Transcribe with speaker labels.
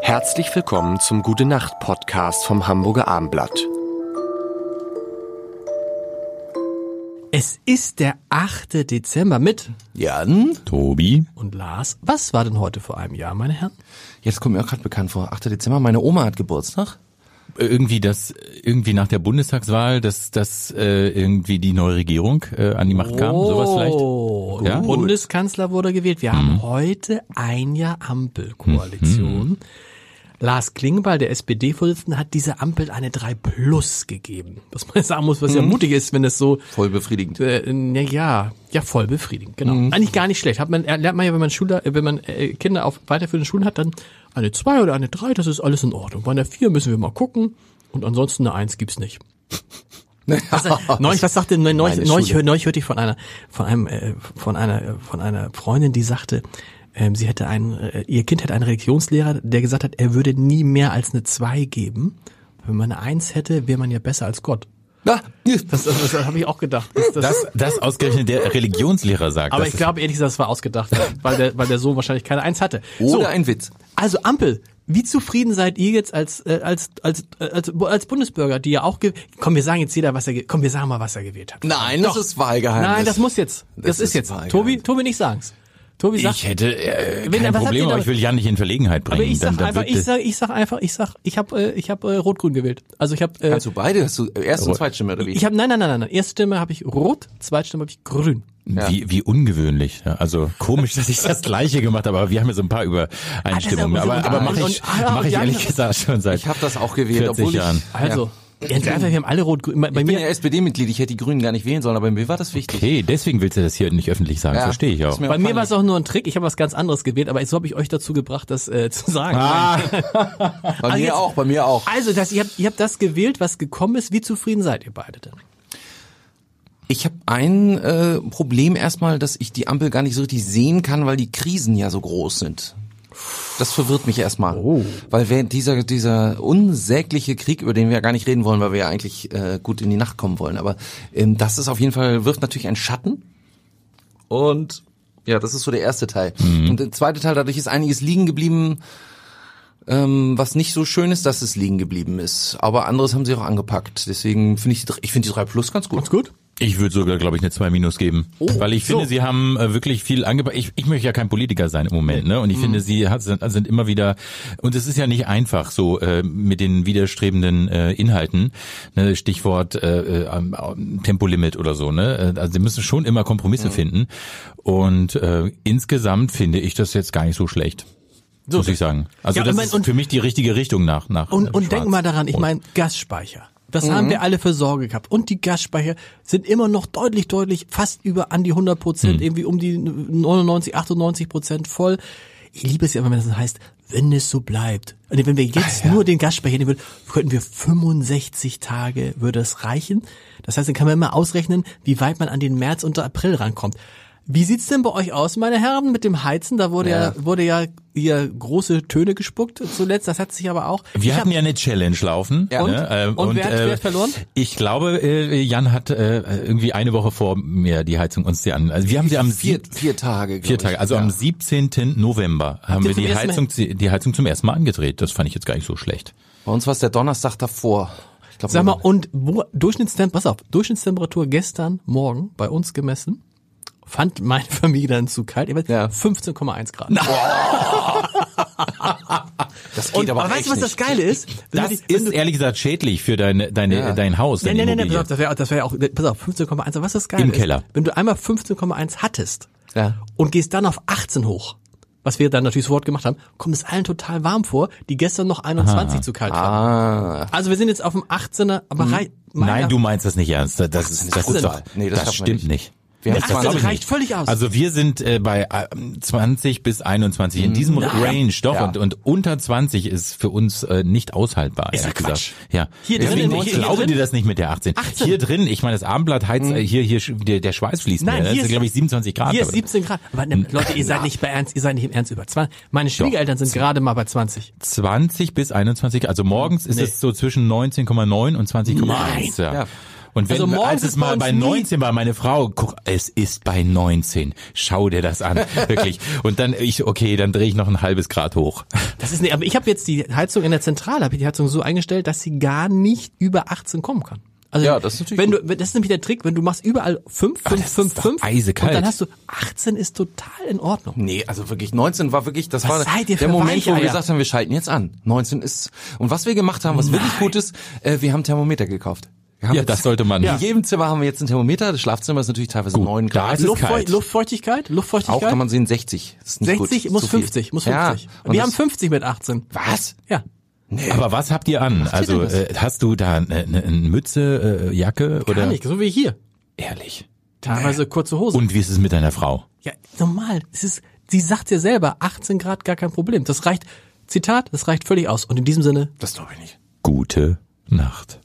Speaker 1: Herzlich willkommen zum Gute Nacht Podcast vom Hamburger Armblatt.
Speaker 2: Es ist der 8. Dezember mit
Speaker 3: Jan?
Speaker 4: Tobi?
Speaker 2: und Lars. Was war denn heute vor einem Jahr, meine Herren?
Speaker 3: Jetzt kommt mir auch gerade bekannt vor. 8. Dezember, meine Oma hat Geburtstag.
Speaker 4: Irgendwie das, irgendwie nach der Bundestagswahl, dass dass äh, irgendwie die neue Regierung äh, an die Macht kam, sowas vielleicht.
Speaker 2: Oh,
Speaker 4: Ja.
Speaker 2: der
Speaker 4: Mhm.
Speaker 2: Bundeskanzler wurde gewählt. Wir haben heute ein Jahr Ampelkoalition. Lars Klingbeil, der SPD-Vorsitzende, hat dieser Ampel eine 3 Plus gegeben. Was man sagen muss, was
Speaker 4: Mhm.
Speaker 2: ja mutig ist, wenn es so
Speaker 3: Voll befriedigend.
Speaker 2: Äh, na ja, ja, voll befriedigend, genau. Eigentlich gar nicht schlecht. Hat man, lernt man ja, wenn man Schüler, äh, wenn man äh, Kinder auf weiterführenden Schulen hat, dann eine 2 oder eine 3, das ist alles in Ordnung. Bei einer 4 müssen wir mal gucken und ansonsten eine 1 gibt's nicht. Was, neulich, was sagte neulich, neulich,
Speaker 3: Meine
Speaker 2: neulich,
Speaker 3: Schule.
Speaker 2: neulich hörte ich von einer, von einem, äh, von einer, äh, von einer Freundin, die sagte, ähm, sie hätte einen, äh, ihr Kind hätte einen Religionslehrer, der gesagt hat, er würde nie mehr als eine 2 geben. Wenn man eine 1 hätte, wäre man ja besser als Gott.
Speaker 3: Ah,
Speaker 2: Das, das, das habe ich auch gedacht. Das, das,
Speaker 4: Das, das ausgerechnet der Religionslehrer sagt.
Speaker 2: aber
Speaker 4: das
Speaker 2: ich
Speaker 4: ist-
Speaker 2: glaube ehrlich gesagt, das war ausgedacht, weil der, weil der Sohn wahrscheinlich keine Eins hatte.
Speaker 3: oder
Speaker 2: so,
Speaker 3: ein Witz.
Speaker 2: also Ampel, wie zufrieden seid ihr jetzt als äh, als als äh, als, als Bundesbürger, die ja auch ge komm, wir sagen jetzt jeder, was er ge- komm, wir sagen mal, was er gewählt hat.
Speaker 3: Nein, das ist Wahlgeheimnis.
Speaker 2: Nein, das muss jetzt. Das,
Speaker 3: Das
Speaker 2: ist,
Speaker 3: ist
Speaker 2: jetzt.
Speaker 3: wahr,
Speaker 2: Tobi,
Speaker 3: ja.
Speaker 2: Tobi nicht sagen's. Tobi sagt
Speaker 4: ich hätte äh,
Speaker 2: Wenn-
Speaker 4: kein
Speaker 2: was habt ihr
Speaker 4: Problem, aber
Speaker 2: damit-
Speaker 4: ich will Jan nicht in Verlegenheit bringen.
Speaker 2: aber ich sag
Speaker 4: Dann- dann
Speaker 2: einfach,
Speaker 4: wird
Speaker 2: ich
Speaker 4: das-
Speaker 2: sag, ich sag einfach, ich sag, ich habe äh, ich habe äh, rot-grün gewählt. Also ich habe äh,
Speaker 3: Kannst du beide? Hast du erste und
Speaker 4: Jawohl.
Speaker 3: zweite Stimme oder wie?
Speaker 2: ich habe nein, nein, nein, nein, nein. Erste Stimme habe ich rot, zweite Stimme habe ich grün.
Speaker 3: Ja.
Speaker 4: Wie, wie ungewöhnlich. Ja, Also komisch, dass ich das Gleiche gemacht habe, aber wir haben ja so ein paar Übereinstimmungen.
Speaker 2: Ah, das ist ja
Speaker 4: aber aber mache
Speaker 2: und-
Speaker 4: ich,
Speaker 2: und- ah,
Speaker 4: mach
Speaker 2: und
Speaker 4: ich
Speaker 2: Jan-
Speaker 4: ehrlich gesagt schon seit
Speaker 3: Ich hab das auch gewählt,
Speaker 4: 40
Speaker 3: obwohl ich-
Speaker 4: Jahren.
Speaker 2: Also Ganz einfach, wir haben alle rot-grün. Bei, bei
Speaker 3: ich
Speaker 2: mir
Speaker 3: bin ja SPD-Mitglied, ich hätte die Grünen gar nicht wählen sollen, aber mir war das wichtig.
Speaker 4: Okay, deswegen willst du das hier nicht öffentlich sagen,
Speaker 3: Ja,
Speaker 4: verstehe ich auch.
Speaker 3: ist mir-
Speaker 2: Bei mir
Speaker 3: Pfanne.
Speaker 2: war es auch nur ein Trick, ich habe was ganz anderes gewählt, aber so habe ich euch dazu gebracht, das äh, zu sagen.
Speaker 4: Ah.
Speaker 3: Ah. Bei mir
Speaker 2: Ah, jetzt-
Speaker 3: auch, bei mir auch.
Speaker 2: Also, das, ihr, habt, ihr habt das gewählt, was gekommen ist. Wie zufrieden seid ihr beide denn?
Speaker 3: Ich habe ein äh, Problem erstmal, dass ich die Ampel gar nicht so richtig sehen kann, weil die Krisen ja so groß sind. Das verwirrt mich erstmal. Weil während dieser, dieser unsägliche Krieg, über den wir ja gar nicht reden wollen, weil wir ja eigentlich äh, gut in die Nacht kommen wollen. Aber ähm, das ist auf jeden Fall, wirft natürlich einen Schatten. Und ja, das ist so der erste Teil. Und der zweite Teil, dadurch ist einiges liegen geblieben, ähm, was nicht so schön ist, dass es liegen geblieben ist. Aber anderes haben sie auch angepackt. Deswegen finde ich, die drei- ich finde die 3 Plus ganz gut.
Speaker 2: gut?
Speaker 4: Ich würde sogar, glaube ich, eine 2 Minus geben. weil ich finde,
Speaker 2: Oh, so.
Speaker 4: sie haben äh, wirklich viel angepasst. Ich, ich möchte ja kein Politiker sein im Moment, ne? Und
Speaker 2: Mhm.
Speaker 4: ich finde, sie hat, sind, sind immer wieder, und es ist ja nicht einfach so äh, mit den widerstrebenden äh, Inhalten, ne? Stichwort äh, äh, am- am Tempolimit oder so, ne? Äh, Also sie müssen schon immer Kompromisse finden. Und äh, insgesamt finde ich das jetzt gar nicht so schlecht. muss ich sagen. Also
Speaker 2: Ja,
Speaker 4: das
Speaker 2: ich mein,
Speaker 4: ist
Speaker 2: und-
Speaker 4: für mich die richtige Richtung nach. nach
Speaker 2: Und,
Speaker 4: äh,
Speaker 2: und denk
Speaker 4: Schwarz.
Speaker 2: mal daran, ich
Speaker 4: Und- Mhm.
Speaker 2: meine, Gasspeicher. Das haben wir alle für Sorge gehabt. Und die Gasspeicher sind immer noch deutlich, deutlich, fast über an die 100 Prozent,
Speaker 4: Hm.
Speaker 2: irgendwie um die 99, 98 Prozent voll. Ich liebe es ja immer, wenn das heißt, wenn es so bleibt. Und wenn wir
Speaker 4: Ah,
Speaker 2: jetzt nur den Gasspeicher nehmen würden, könnten wir 65 Tage, würde es reichen. Das heißt, dann kann man immer ausrechnen, wie weit man an den März und April rankommt. Wie sieht's denn bei euch aus, meine Herren, mit dem Heizen? Da wurde ja,
Speaker 3: Ja.
Speaker 2: wurde ja hier große Töne gespuckt zuletzt. Das hat sich aber auch
Speaker 4: Wir
Speaker 2: ich
Speaker 4: hatten
Speaker 2: hab-
Speaker 4: ja eine Challenge laufen.
Speaker 3: Ja.
Speaker 4: Ne?
Speaker 2: Und?
Speaker 4: Ähm,
Speaker 2: Und wer hat- wer hat verloren?
Speaker 4: Ich glaube, äh, Jan hat äh, irgendwie eine Woche vor mir die Heizung uns die an. Also wir haben sie am
Speaker 3: vier,
Speaker 4: sieb-
Speaker 3: vier Tage. glaub
Speaker 4: vier
Speaker 3: ich.
Speaker 4: Tage, also
Speaker 3: ja.
Speaker 4: am 17. November haben
Speaker 2: ihr
Speaker 4: wir
Speaker 2: zum
Speaker 4: die
Speaker 2: ersten Mal-
Speaker 4: Heizung, die Heizung zum ersten Mal angedreht. Das fand ich jetzt gar nicht so schlecht.
Speaker 3: Bei uns war es der Donnerstag davor. Ich glaub,
Speaker 2: Sag mal, und wo, Durchschnittstemperatur, pass auf, Durchschnittstemperatur gestern Morgen bei uns gemessen, fand meine Familie dann zu kalt, ihr
Speaker 3: Ja.
Speaker 2: ja. 15,1 Grad.
Speaker 3: das geht
Speaker 2: und,
Speaker 3: aber
Speaker 2: aber weißt
Speaker 3: echt
Speaker 2: du, was das
Speaker 3: nicht.
Speaker 2: Geile ist? Wenn
Speaker 4: Das
Speaker 2: du dich- wenn
Speaker 4: ist ehrlich gesagt schädlich für deine, deine,
Speaker 3: Ja.
Speaker 4: dein Haus.
Speaker 2: Nein,
Speaker 4: deine
Speaker 2: nein, nein, nein, pass
Speaker 4: Immobilie.
Speaker 2: auf, das wäre ja- das wär ja auch, pass auf, 15,1, aber was das Geile
Speaker 4: Im
Speaker 2: ist,
Speaker 4: Keller.
Speaker 2: wenn du einmal 15,1 hattest
Speaker 3: Ja.
Speaker 2: und gehst dann auf 18 hoch, was wir dann natürlich sofort gemacht haben, kommt es allen total warm vor, die gestern noch 21 zu kalt waren.
Speaker 3: Ah,
Speaker 2: Also wir sind jetzt auf dem 18er, aber rei- meiner-
Speaker 4: Nein, du meinst das nicht ernst. Das, das, ist, das, ist
Speaker 2: Prozent.
Speaker 4: doch,
Speaker 3: Nee, das
Speaker 4: das,
Speaker 3: schaffen wir
Speaker 4: stimmt nicht.
Speaker 3: nicht. Wir haben
Speaker 4: das
Speaker 3: 20.
Speaker 4: glaub ich
Speaker 2: reicht
Speaker 4: nicht.
Speaker 2: völlig aus.
Speaker 4: Also wir sind äh, bei äh, 20 bis 21 in diesem Range, doch.
Speaker 3: Ja.
Speaker 4: Und, und unter 20 ist für uns äh, nicht aushaltbar.
Speaker 2: Ist ja
Speaker 4: ehrlich gesagt.
Speaker 2: Quatsch.
Speaker 4: Ja.
Speaker 2: Hier drin,
Speaker 4: Deswegen,
Speaker 2: in-
Speaker 4: ich
Speaker 2: hier
Speaker 4: glaube
Speaker 2: drin.
Speaker 4: dir das nicht mit der 18.
Speaker 2: 18.
Speaker 4: Hier drin, ich meine, das Armblatt heizt, äh, hier, hier, sch- der, der Schweiß fließt
Speaker 2: Hm. Nein,
Speaker 4: mehr. Das
Speaker 2: hier
Speaker 4: ist,
Speaker 2: ist-
Speaker 4: glaube ich, 27 Grad.
Speaker 2: Hier
Speaker 4: aber-
Speaker 2: ist 17 Grad. Aber
Speaker 3: Hm.
Speaker 2: ne, Leute, ihr seid nicht bei Ernst, ihr seid nicht im Ernst über 20. Meine Schwiegereltern sind gerade mal bei 20.
Speaker 4: 20 bis 21 Grad. Also morgens ist es so zwischen 19,9 und 20,1. Ja.
Speaker 3: Ja.
Speaker 4: Und wenn,
Speaker 2: Also morgens
Speaker 4: als es
Speaker 2: ist bei
Speaker 4: mal
Speaker 2: uns
Speaker 4: bei
Speaker 2: nie-
Speaker 4: 19 war, meine Frau, guck, es ist bei 19. Schau dir das an, wirklich. Und dann ich, okay, dann drehe ich noch ein halbes Grad hoch.
Speaker 2: Das ist nicht, aber ich habe jetzt die Heizung in der Zentrale, habe ich die Heizung so eingestellt, dass sie gar nicht über 18 kommen kann. Also
Speaker 3: Ja, das ist natürlich Ah,
Speaker 2: wenn du, wenn- das ist nämlich der Trick, wenn du machst überall 5, 5,
Speaker 4: das
Speaker 2: 5,
Speaker 4: ist doch
Speaker 2: 5
Speaker 4: eisekalt.
Speaker 2: und dann hast du 18 ist total in Ordnung.
Speaker 3: Nee, also wirklich, 19 war wirklich, das
Speaker 2: Was
Speaker 3: war
Speaker 2: seid ihr für
Speaker 3: der Moment, wo wir
Speaker 2: Weicheier?
Speaker 3: gesagt haben, wir schalten jetzt an. 19 ist, und was wir gemacht haben, was wirklich gut ist, äh, wir haben Thermometer gekauft. Wir haben
Speaker 4: Ja, das sollte man.
Speaker 3: In jedem Zimmer haben wir jetzt ein Thermometer, das Schlafzimmer ist natürlich teilweise
Speaker 4: Gut,
Speaker 3: 9
Speaker 4: da
Speaker 3: Grad.
Speaker 4: ist es
Speaker 2: Luftfeu-
Speaker 4: kalt.
Speaker 2: Luftfeuchtigkeit, Luftfeuchtigkeit.
Speaker 3: Auch kann man sehen, 60. Das Ist nicht gut,
Speaker 2: 60
Speaker 3: ist
Speaker 2: muss
Speaker 3: zu viel.
Speaker 2: 50, muss
Speaker 3: Ja,
Speaker 2: 50.
Speaker 3: und
Speaker 2: wir
Speaker 3: das-
Speaker 2: haben 50 mit 18.
Speaker 3: Was?
Speaker 2: Ja.
Speaker 4: Aber was habt ihr an?
Speaker 3: ihr denn
Speaker 4: Also
Speaker 3: das?
Speaker 4: äh, hast du da eine, eine Mütze, äh, Jacke oder?
Speaker 2: Gar nicht, so wie hier.
Speaker 4: Ehrlich.
Speaker 3: Äh.
Speaker 2: Teilweise kurze Hose.
Speaker 4: Und wie ist es mit deiner Frau?
Speaker 2: Ja, normal. Es ist, sie sagt ja selber, 18 Grad gar kein Problem. Das reicht, Zitat, das reicht völlig aus. Und in diesem Sinne,
Speaker 3: Das glaube ich nicht.
Speaker 4: Gute Nacht.